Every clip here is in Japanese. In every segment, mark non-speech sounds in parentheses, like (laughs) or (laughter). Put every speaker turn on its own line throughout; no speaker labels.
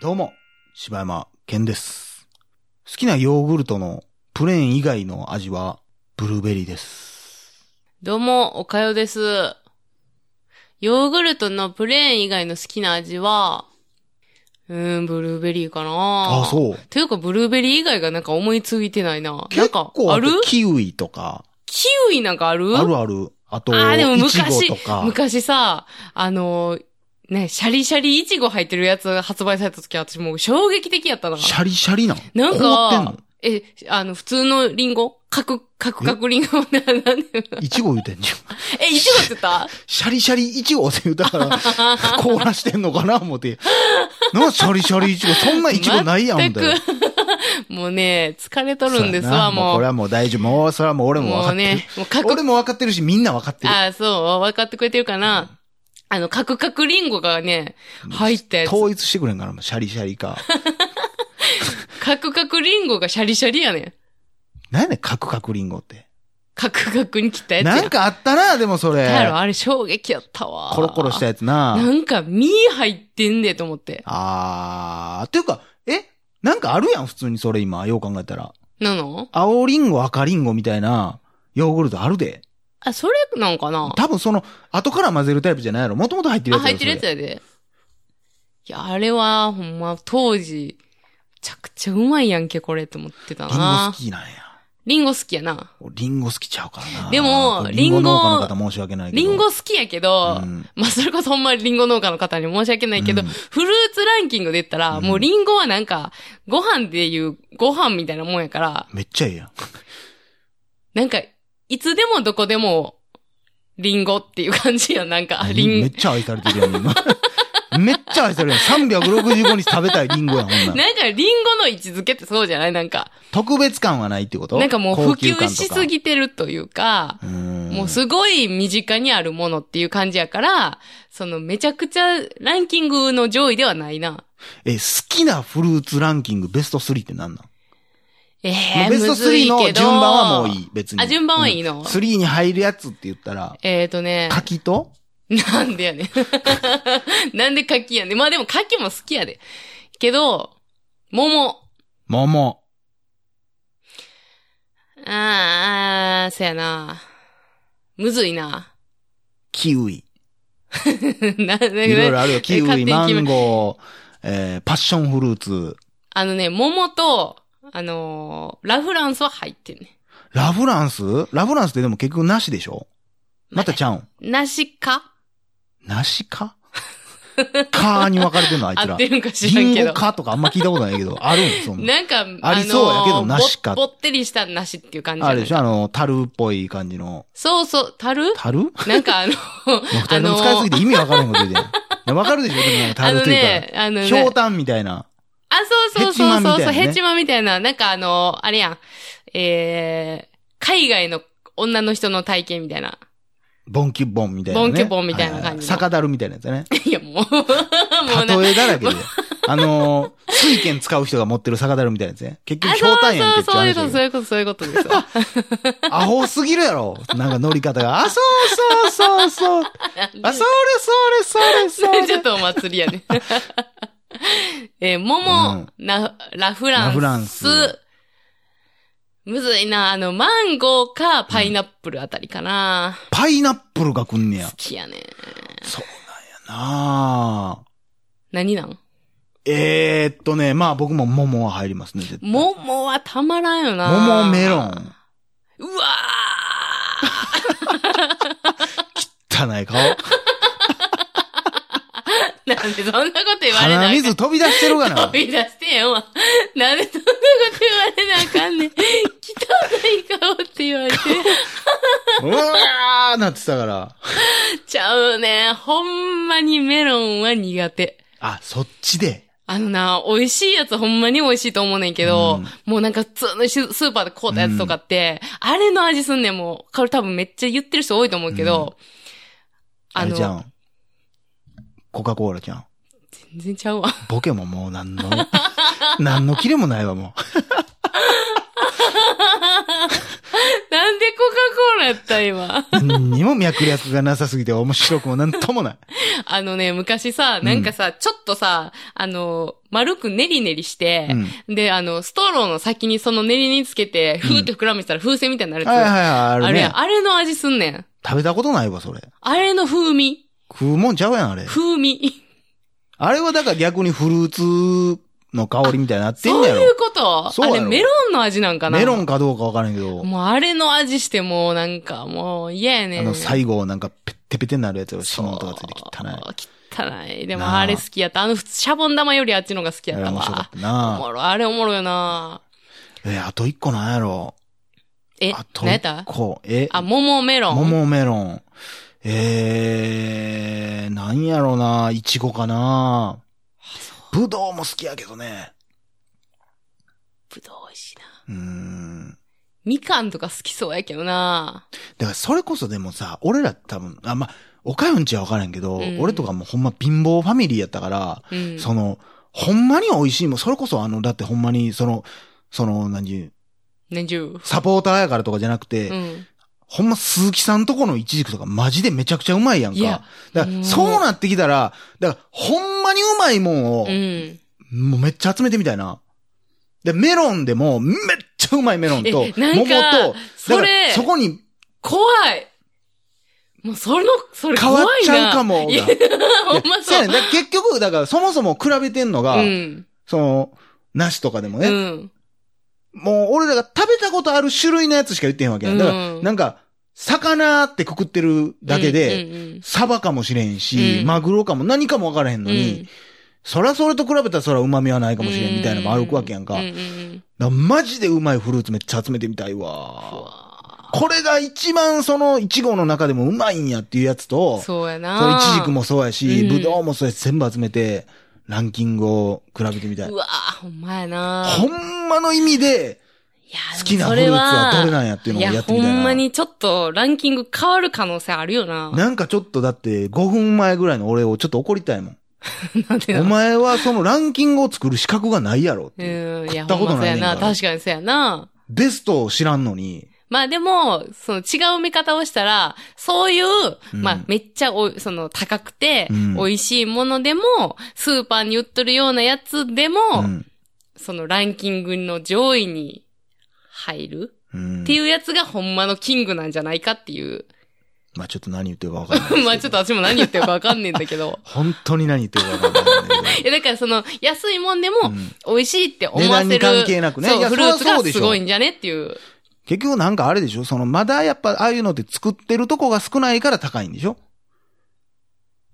どうも、柴山健です。好きなヨーグルトのプレーン以外の味はブルーベリーです。
どうも、おかよです。ヨーグルトのプレーン以外の好きな味は、うーん、ブルーベリーかな
あ、そう。
というか、ブルーベリー以外がなんか思いついてないな。なん
結
か
構、
あ
あ
る
とキウイとか、
キウイなんかある
あるある。あと、
あーでも
イチ
昔
ゴとか。
昔さ、あのー、ね、シャリシャリイチゴ入ってるやつ発売された時私もう衝撃的やったな。
シャリシャリなの
なん
凍ってん
か
の、
え、あの、普通のリンゴカク、カクカクリンゴ (laughs) な、なんで
イチゴ言うてんじゃん。
え、イチゴって言った
シャリシャリイチゴって言うたから、
(laughs)
凍らしてんのかな思って。な、シャリシャリイチゴ。そんなイチゴないやん、み
全
た
く
いな。
もうね、疲れとるんで
そ
す
うや
わ、
なもう。
も
これ
う。
はもう大丈夫。もう、それはもう俺も分かってる。
ね、もうカク
俺も分かってるし、みんな分かってる。
ああ、そう、分かってくれてるかな。あの、カクカクリンゴがね、入ったやつ。
統一してくれんから、もうシャリシャリ
(laughs)
か。
カクカクリンゴがシャリシャリやねん。
なんやねん、カクカクリンゴって。
カクカクに切ったやつや。
なんかあったな、でもそ
なんやろ
れ。
あれ衝撃やったわ。
コロコロしたやつ
(laughs) な
な。
んか、身入ってんでと思って。
あー。っていうか、えなんかあるやん、普通にそれ今、よう考えたら。
なの
青リンゴ、赤リンゴみたいな、ヨーグルトあるで。
あ、それなんかな
多分その、後から混ぜるタイプじゃないやろ。もともと入ってる
あ、
やつや
入
ろ
ってるやつ
それ
やで。いや、あれは、ほんま、当時、めちゃくちゃうまいやんけ、これ、と思ってた
リンゴ
な
好。きなんや。
リンゴ好きやな。
俺リンゴ好きちゃうからな。
でも
リンゴ
リンゴ
農家の方申し訳ないけど。
リンゴ好きやけど、
うん
まあ、それこそほんまリンゴ農家の方に申し訳ないけど、
うん
フルーツランキングで言ったら、
うん
もうリンゴはなんか、ご飯でいうご飯みたいなもんやから、
めっちゃええやん。
なんか、いつでもどこでも、リンゴっていう感じやん、なんか、リ
めっ
ン
ちゃ愛されてるやん、今。 (laughs) めっちゃ愛されるやん。365日食べたいリンゴやん、ほんなら
なんか、リンゴの位置づけってそうじゃないなんか、
特別感はないってこと
なんかもう普
高級
及
感とか
しすぎてるというか、
うーん。
もうすごい身近にあるものっていう感じやから、そのめちゃくちゃランキングの上位ではないな。
え、好きなフルーツランキングベスト3って何なん
え
も
え
う
ー、
ベスト
むずい
3の
けど
順番はもういい、別に。
あ順番はいいの
うん ?3 に入るやつって言ったら、
えーとね、
柿と
なんでやねん。 (laughs) なんで柿やねん。まあでも柿も好きやで。けど、桃。
桃。
あーあー、そやな。むずいな。 (laughs)
キウイ。
な、な、
いろい
な、
ろあるよ。キウ
勝
イ、
手に
マ
決め
ンゴー、えー、パッションフルーツ。
あのね、桃と、あのーラフランスは入ってんね。
ラフランスラフランスってでも結局なしでしょまたちゃうん。
梨か
なしかかーに分かれてんの、あいつ
合
ら
って。るんか知らん
リ
け
ンゴ
ど。
かとかあんま聞いたことないけど、あるんそんな。
なんか、
ありそうやけど
あのー
梨か
ぼ。ぼってりした梨っていう感じじ
あ
ゃな
る
い
でしょあの、樽っぽい感じの。
そうそう、樽
樽
なんかあの、
二人と (laughs) も使いすぎて意味わからへんこと言うてん。いやわかるでしょでもなんか
あ
樽
の
っていう
ね、あの
か、
ね、
ひょうたんみたいな。
あ、そうそうそうそうそう、
ヘ
ヘ
チ
チマみたいな、なんかあの、あれやん、えー、海外の女の人の体験みたいな。 (laughs)
ボンキュッボンみたいなね。
ボンキュッボンみたいな感じの
はは酒樽みたいなやつね。
いや、 (laughs) もう、もうな、
例えだらけで。あのー、水券使う人が持ってる酒樽みたいなやつね。結局、ひょうたんやんけ
そう
って
そう、そう
話
いうこ
だ
と、
け
そ
ど
ういうこと、そういうことですわ。
アホすぎるやろ。なんか乗り方が。あ、そうそうそうそう。 (laughs) あ、それそれそ
(laughs)
れそれ。
ちょっとお祭りやね。 (laughs) えー、桃、ララフランス。
ラフランス
むずいな、あの、マンゴーかパイナップルあたりかな。
パイナップルがくんねや
好。きやね。
そうなんやなあ
何なん
えー、っとね、まあ僕も桃は入りますね、絶対。
桃はたまらんよな。
桃メロン。
うわー
汚
(laughs)
い顔。
なんでそんなこと言われな
鼻
いか
水
ん
飛び出してるがな
(laughs) 飛。び出してよ。なんでそんなこと言われなあかんねん。汚い顔って言われて。
うわーなってたから。
ちゃうね。ほんまにメロンは苦手。
あ、そっちで。
あのな、美味しいやつほんまに美味しいと思うねんけど、もうなんか普通のスーパーで買うたやつとかって、あれの味すんねん、もう。これ多分めっちゃ言ってる人多いと思うけど、
あ
あ
れ
の、
じゃん。コカ・コーラちゃん。
全然ちゃうわ。
ボケももう何の、 (laughs) 何のキレもないわ、もう。
なんでコカ・コーラやった、今。
何にも脈略がなさすぎて面白くもなんとも
(laughs)
ない。
あのね、昔さ、なんかさ、ちょっとさ、あの、丸くねりねりして
う、ん。
で、あの、ストローの先にその練りにつけて、ふーって膨らめてたら風船みたいになるやつ。
はいはいはい、あ
あ
る
れ
ね
や、。あれの味すんねん。
食べたことないわ、それ。
あれの風味。
食うもんちゃうやん、あれ。
風味。
あれはだから逆にフルーツの香りみたいになってん
そう
ねや
いう
ろ。
こと
そう
あ
やろ
れメロンの味なんかな
メロンかどうかわからんけど、
もうあれの味してもうなんかもう嫌やね
あ
ん。
の最後なんかペッテペテになるやつよ、指
そう
紋とかついてきたな。
汚い。でも
なあ
あれ好きやった。あの普通シャボン玉よりあっちのが好き
い
やっ
や
た
面白かっ
わ。
た
お
な。
もろい。あれおもろいよな
え、あと一個なんやろ。
え
あ、と
何やっ
一
た
個。え、
あ、桃メロン。
桃メロン。えー、なんやろな。いちごかな。ぶどうも好きやけどね。
ぶどう美味しいな。
うーん。
みかんとか好きそうやけどな
だからそれこそでもさ、俺ら多分、あ、まあ、おかよんちはわからんけど、
うん
俺とかもほんま貧乏ファミリーやったから、
うん。
その、ほんまに美味しいもん、それこそあの、だってほんまに、その、その、何、
年中。
サポーターやからとかじゃなくて、
うん。
ほんま鈴木さんとこのイチジクとかマジでめちゃくちゃうまいやん
いや
か。だか
も
ら
う
そうなってきたら、だからほんまにうまいもんを、
うん。
もうめっちゃ集めてみたいな。で、メロンでもめっちゃうまいメロンと、桃
え
と、
なんか
だ
そ
か
れ
らそこに
怖いもうその、それ
変わ
怖
っ
いな。
ちゃうかも。
いや
が、
ほんま
そう
そ
やね
う。
んだから結局、だからそもそも比べてんのが、
うん。
その、なしとかでも
う
ね、
ん。
もう俺らが食べたことある種類のやつしか言ってへんわけやん。だから、
うん
なんか、魚ってくくってるだけで、
うんうんうん
サバかもしれんし、
うん
マグロかも何かも分からへんのに、
うん
そらそれと比べたらそら旨味はないかもしれんみたいなのもあるわけやんか。
うう
だか
んうん
らマジでうまいフルーツめっちゃ集めてみたいうわ。
わ
これが一番そのイチゴの中でもうまいんやっていうやつと、
そうやな。
そのイチジクもそうやし、
うん。
ブドウもそうやし、全部集めて、ランキングを比べてみたいう
わほんまやな。
ほんまの意味で、
いや
好きなフルーツはどれなんやっていうのをやってみたい
や、ほん
な。
まにちょっとランキング変わる可能性あるよな。
なんかちょっとだって5分前ぐらいの俺をちょっと怒りたいもん。
なんていう
お
の
前はそのランキングを作る資格がないやろっていう。
うん、いや、
食った
ほん
こと
まそう
ないね
や
んから
な。確かにそうやな。
ベストを知らんのに。
まあでも、その違う見方をしたら、そういう、
うん
まあめっちゃお、その高くて
うん、
美味しいものでも、スーパーに売っとるようなやつでも、
うん。
そのランキングの上位に入る
うん
っていうやつがほんまのキングなんじゃないかっていう。
まあちょっと何言ってるかわかんない (laughs) ですけど。。
(laughs) まあちょっと私も何言ってるかわかんねえんだけど
本当に何言ってるかわかんないんだ
いやだからその安いもんでも
けどうん
美味しいって思わせる。
値段に関係なくね
そう
いや
フルーツ
そりゃ
が
そうでしょ
すごいんじゃねっていう。
結局なんかあれでしょそのまだやっぱああいうのって作ってるとこが少ないから高いんでしょ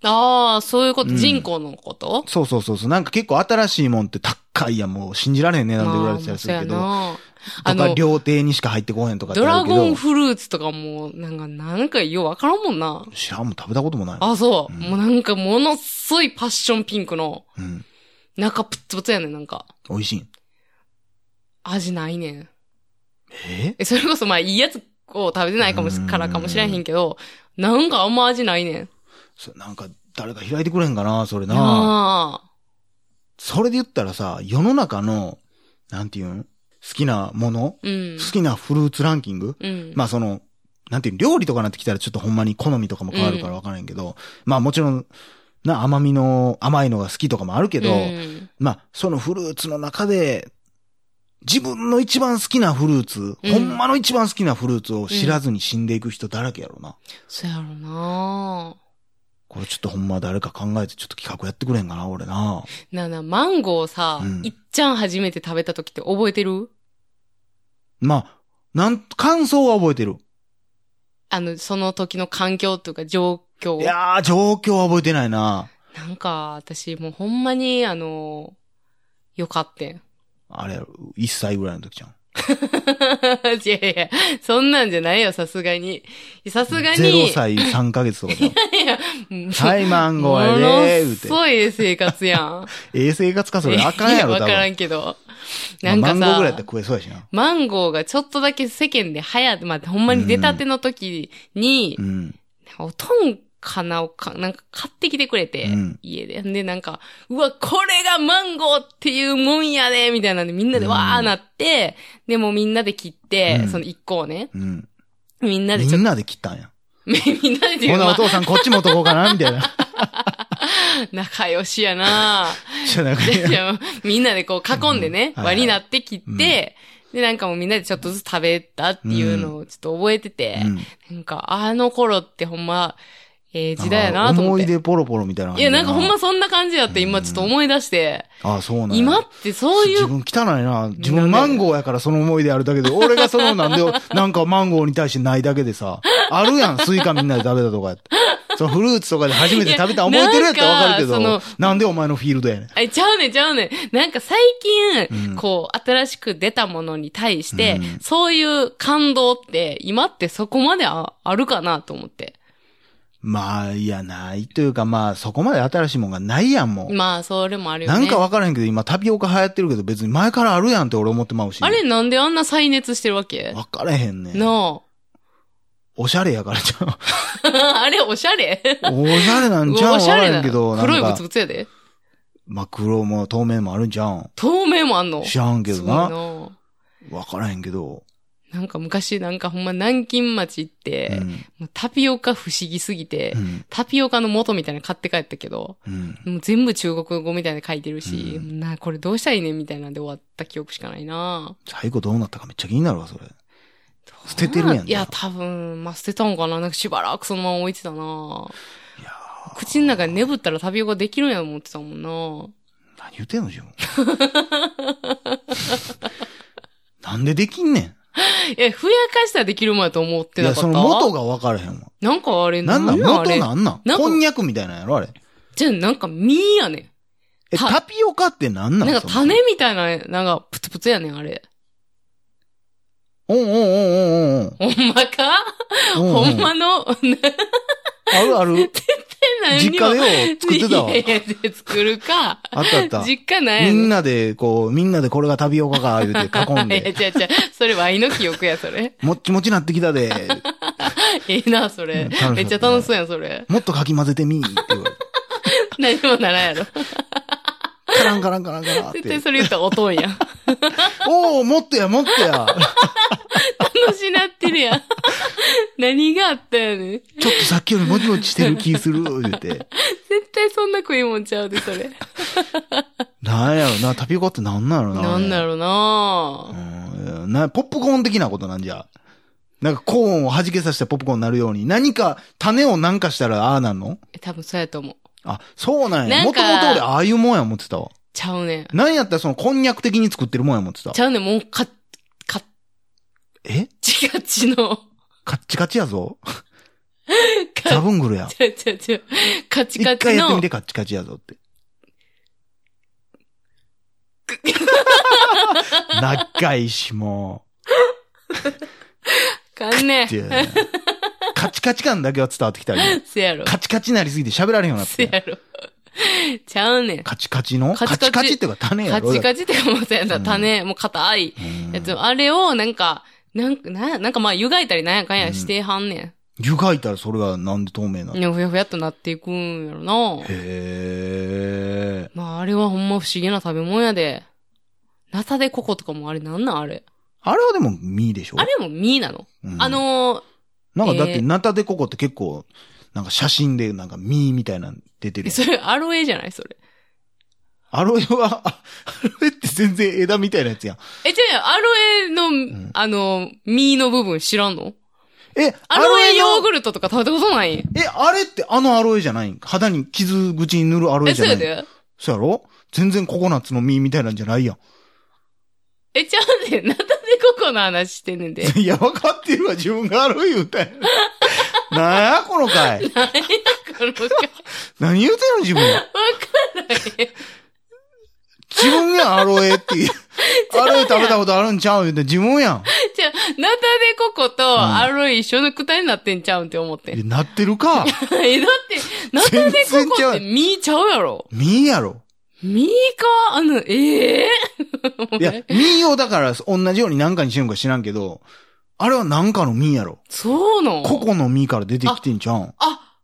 ああ、そういうこと、
うん
人口のこと
そうそうそうそう。なんか結構新しいもんって高いやんもう信じられへん値段で売られてたりするけど。
まあまあ
と
そうやな
か、
あの、
料亭にしか入ってこへんとかって
ド
あ
ラ
るけ
ゴン
ど。
フルーツとかも、なんか、なんかようわからんもんな。
知らんもん食べたこともない。
あ、そう。
うん
もうなんか、ものすごいパッションピンクの、
うん。
中プッツプツやねん、なんか。
美味しいん。
味ないねん。
え
え、それこそ、まあ、いいやつを食べてないかもし
うん
からかもしれへんけど、なんかあんま味ないねん。
そなんか誰か開いてくれへんかなそれな。
なあ。
それで言ったらさ、世の中の、なんていうん好きなもの
うん
好。きなフルーツランキング、
うん。
まあその、なんていう料理とかなってきたらちょっとほんまに好みとかも変わるからわからんけど、まあもちろん、な、甘みの、甘いのが好きとかもあるけど、
うん
まあそのフルーツの中で、自分の一番好きなフルーツ、
うん
ほんまの一番好きなフルーツを知らずに死んでいく人だらけやろな。
そうやろな
これちょっとほんま誰か考えてちょっと企画やってくれんかな、俺な。
なあなあ、マンゴーさ、
うん
いっちゃん初めて食べた時って覚えてる
まあ、なん、感想は覚えてる。
あの、その時の環境というか状況
い。やー、状況は覚えてないな。
なんか、私もうほんまに、あの、よかってん。 (laughs)
あれ、1歳ぐらいの時じゃん。
いやいや、そんなんじゃないよ、さすがに。さすがに
0、歳3ヶ
(laughs)
月とかじゃん。
うん
はい、マンゴ
も
ーや
の
でー、言う
す
て。
ごい生活やん。
ええ生活 (laughs) か、それ。あかんやろ、
い
多
わから
分。
んけど。
ま
な
あ
んか
マ
さ、
ンゴーぐらいやったら食えそうやしな。
マンゴーがちょっとだけ世間で流行って、まあ、ほんまに出たての時に
う、ん。
おとんかなをか、なんか買ってきてくれて、
うん
家で。で、なんか、うわ、これがマンゴーっていうもんやで、みたいなんでみんなで
うん
わーなって、でもみんなで切って、
うん
その一個をね、
うん。
みんなでち
み
ょっ
ん
と、
なで切ったんや。
(laughs) みんなでってい
ほ
うか
な、
ま
お父さんこっち持っとこうかな、みたい (laughs) な。
あ仲良しやな
じゃなく
で
て。
みんなでこう囲んでね、
うん
割りになって切って、で、なんかもうみんなでちょっとずつ食べたっていうのをちょっと覚えてて、
うん
なんか、あの頃ってほんま、ええ時代やなと思
思
っ
い
て。
出ポロポロみたいな感
い
じ
や、
だ
なんかほんまそんな感じだって、今ちょっと思い出して、
ああ、そうなんや
今ってそうい
自
う、
分汚いな。自
なん
分
で
マンゴーやからその思い出あるだけで、俺がそのなんで、なんかマンゴーに対してないだけでさ、あるやん、スイカみんなで食べたとかやって。そのフルーツとかで初めて食べた
い
思
や
えてるやったらわかるけど、
な
なんん
か
でお前のフィールドやねん。
え、ちゃうねんちゃうねん。なんか最近、
うん
こう、新しく出たものに対して、
うん
そういう感動って、今ってそこまでああるかなと思って。
まあ、いや、ないというか、まあ、そこまで新しいもんがないやん、もう。
まあ、それもあるよ
な
ね。
んかわからへんけど、今タピオカ流行ってるけど、別に前からあるやんって俺思ってまうし。
あれなんであんな再熱してるわけ
わからへんねん。
な
おしゃれやからちゃう。
(laughs) あ。あれ、おしゃれ
おしゃれなんじゃん
お
わ
し
か
ゃ
ら
れ
へ
なん
けど、なん
黒いブツ
か、
ブツやで。
まあ、黒も透明もあるんじゃん。
透明もあんの。
知らんけど
すごい
な。
な。
わからへんけど。
なんか昔なんかほんま南京町行って、
うん
もうタピオカ不思議すぎて、
うん
タピオカの元みたいなの買って帰ったけど、
うん
もう全部中国語みたいなの書いてるし、
うん
な、これどうしたらいいねんみたいなんで終わった記憶しかないな
最後どうなったかめっちゃ気になるわ、それ。捨ててるやんな。
いや、多分、まあ、捨てたんかななんかしばらくそのまま置いてたない
やー
口の中に眠ったらタピオカできるんやと思ってたもんな
何言ってんの、自分。 (laughs) なんでできんねん。
いや、ふやかしたらできるもんやと思
い
って
や、
なかった。
その元がわからへんわ。
なんかあれ、
なんなん
あ
元
れ
なんなん
なんか
こんにゃくみたいなんやろあれ。
じゃあなんか実やねん。
え、
た
タピオカってなんなん
なんか
そもそも
種みたいな、なんか、プツプツやねん、あれ。
おんおんおんおんおん
ほんまか
おん。
ほんまの、な
あるある。
(laughs) 何
実
にも
家でよ、作ってたわ
い。やいや、作るか。
あったあった。
実家ないや
み
ね
んなで、こう、みんなでこれがタピオカ
(laughs)
か、言うて囲ん
いや、
で、
違う違う。それワイの記憶や、
(laughs)
それ。
もっちもちなってきた
(laughs)
で、
ええな、それ
うん楽しか。った
めっちゃ楽しそうやん、
(laughs)
それ。
もっとかき混ぜてみーって言われて。
何もならんやろ。
カランカランカランカランっ
絶対
て。
それ言ったらおとんやん。
おおもっとや、もっとや。
楽しなって
(laughs)
るやん。何があったやねん。
ちょっとさっきよりもちもちしてる気する、言うて。
絶対そんな食いもんちゃうで、それ。
なんやろな、タピオカってなんなんやろな。
なんだ
ろ
ろうな
うん、な、ポップコーン的なことなんじゃ。なんかコーンを弾けさせてポップコーンになるように、何か種をなんかしたらああなんの
え多分そうやと思う。
あ、そうなん
な
や。
ん
も
か
ともと俺ああいうもんや思ってたわ。
ちゃうねん。
なんやったらそのこんにゃく的に作ってるもんや思ってた
ち。ゃうねん、もうか、かっ
え
ちかちの。
カッチカチやぞ。ザ
か、
ブングルや。
ちゃうちゃうちゃう。カチカ
一
チ
回やって
の
みて。カッチカチやぞっ
(laughs)
て。仲いいしも
かんね
う。って。カチカチ感だけは伝わってきたよ
(laughs)
今
せやろ。
カチカチになりすぎて喋られへんようになっ
せ
て。
やろ。ちゃうねん。
カチカチの
カ
カ
チカ
チカ
チ
チっていうか種や
カ
ろ。
チカチってかもうせやな、
うん
種、もう硬い。
うん
やつ、あれをなんか、なんか、なんやなんかまあ湯がいたりなんやかんやしてはんね
湯がいたらそれがなんで透明なの
ん。ねふやふやっとなっていくんやろな。
へー。
まああれはほんま不思議な食べ物やで。ナタデココとかもあれなんなんあれ。
あれはでも実でしょ
あれもミーなの、
うん
あの
なんかだっ
え
て、
ー
ナタデココって結構、なんか写真でなんかミーみたいなの出てる
ー、
やん
それアロエじゃないそれ。
アロエは、あアロエって全然枝みたいなやつやん。
え、じゃあアロエの、
ん
あの、ミーの部分知らんの
え、
アロエヨー
ル
グルトとか食べたことない
え、あれってあのアロエじゃないん肌に傷口に塗るアロエ
え、
じ
そ
ゃ
う
な
や
いん
で。
そうやろ全然ココナッツの実みたいなんじゃないやん。
え、ちゃうねん。ナタデココの話してんね
(laughs)
んで。
いや、分かってるわ、自分がアロエ言うたやん。 (laughs) なんや、この回。
何やこの回
何言うてるの、自分。
わかんない。
自分やん、アロエって。
(laughs)
アロエ食べたことあるんちゃう言うて、自分やん。
じゃあ、ナタデココとアロエ一緒のくたになってんちゃうんって思ってん。
いやなってるか。
(laughs) え、だって、ナタデココってミーちゃうやろ。
ミーやろ。
ミーかあの、ええ
いや、民謡だから同じように何かにしてるんか知らんけど、あれは何かの民やろ。
そうなん
ココの民から出てきてんじゃうん。
あ、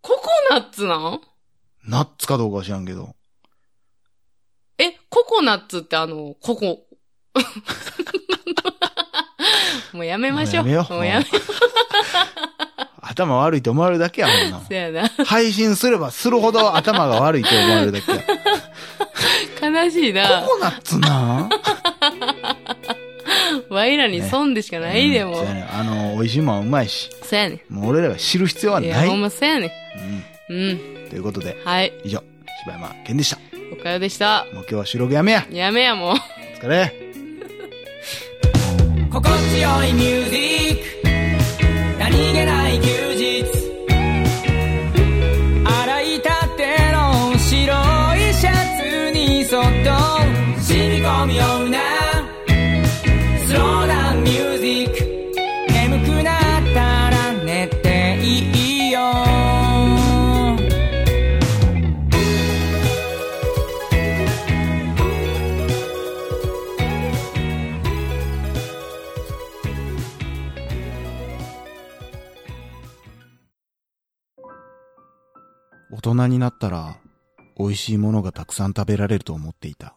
ココナッツなん
ナッツかどうかは知らんけど。
え、ココナッツってあの、コ (laughs) コ。もうやめましょう。
もうやめよう
もうやめよう。
頭悪いと思われるだけやもんな
そ。やな。
配信すればするほど頭が悪いと思われるだけや。
(laughs) 悲しいな。
ココナッツな
ワイらに損でしかないで
うん
も
そう。やねあの、美味しいもんはうまいし、
そうやね
もう俺らが知る必要は
ん。い
な
や、
い。
ほんまそうやね。
うん
うん。
ん、ということで、
はい。
以上、柴山健でした。
おかよでした。
もう今日は収録やめや。
やめやもう。
お疲れ。
心地よいミュージック何気ない休日洗いたての白いシャツにそっと染み込むようなスローダウンミュージック眠くなったら寝ていいよ
大人になったら、美味しいものがたくさん食べられると思っていた。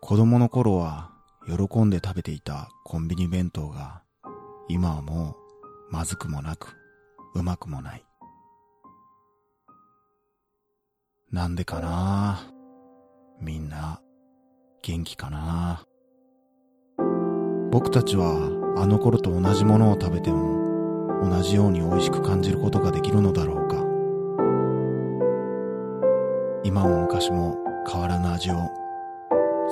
子供の頃は、喜んで食べていたコンビニ弁当が、今はもう、まずくもなく、うまくもない。なんでかなみんな、元気かな僕たちは、あの頃と同じものを食べても、同じように美味しく感じることができるのだろうか今も昔も変わらぬ味を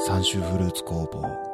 三州フルーツ工房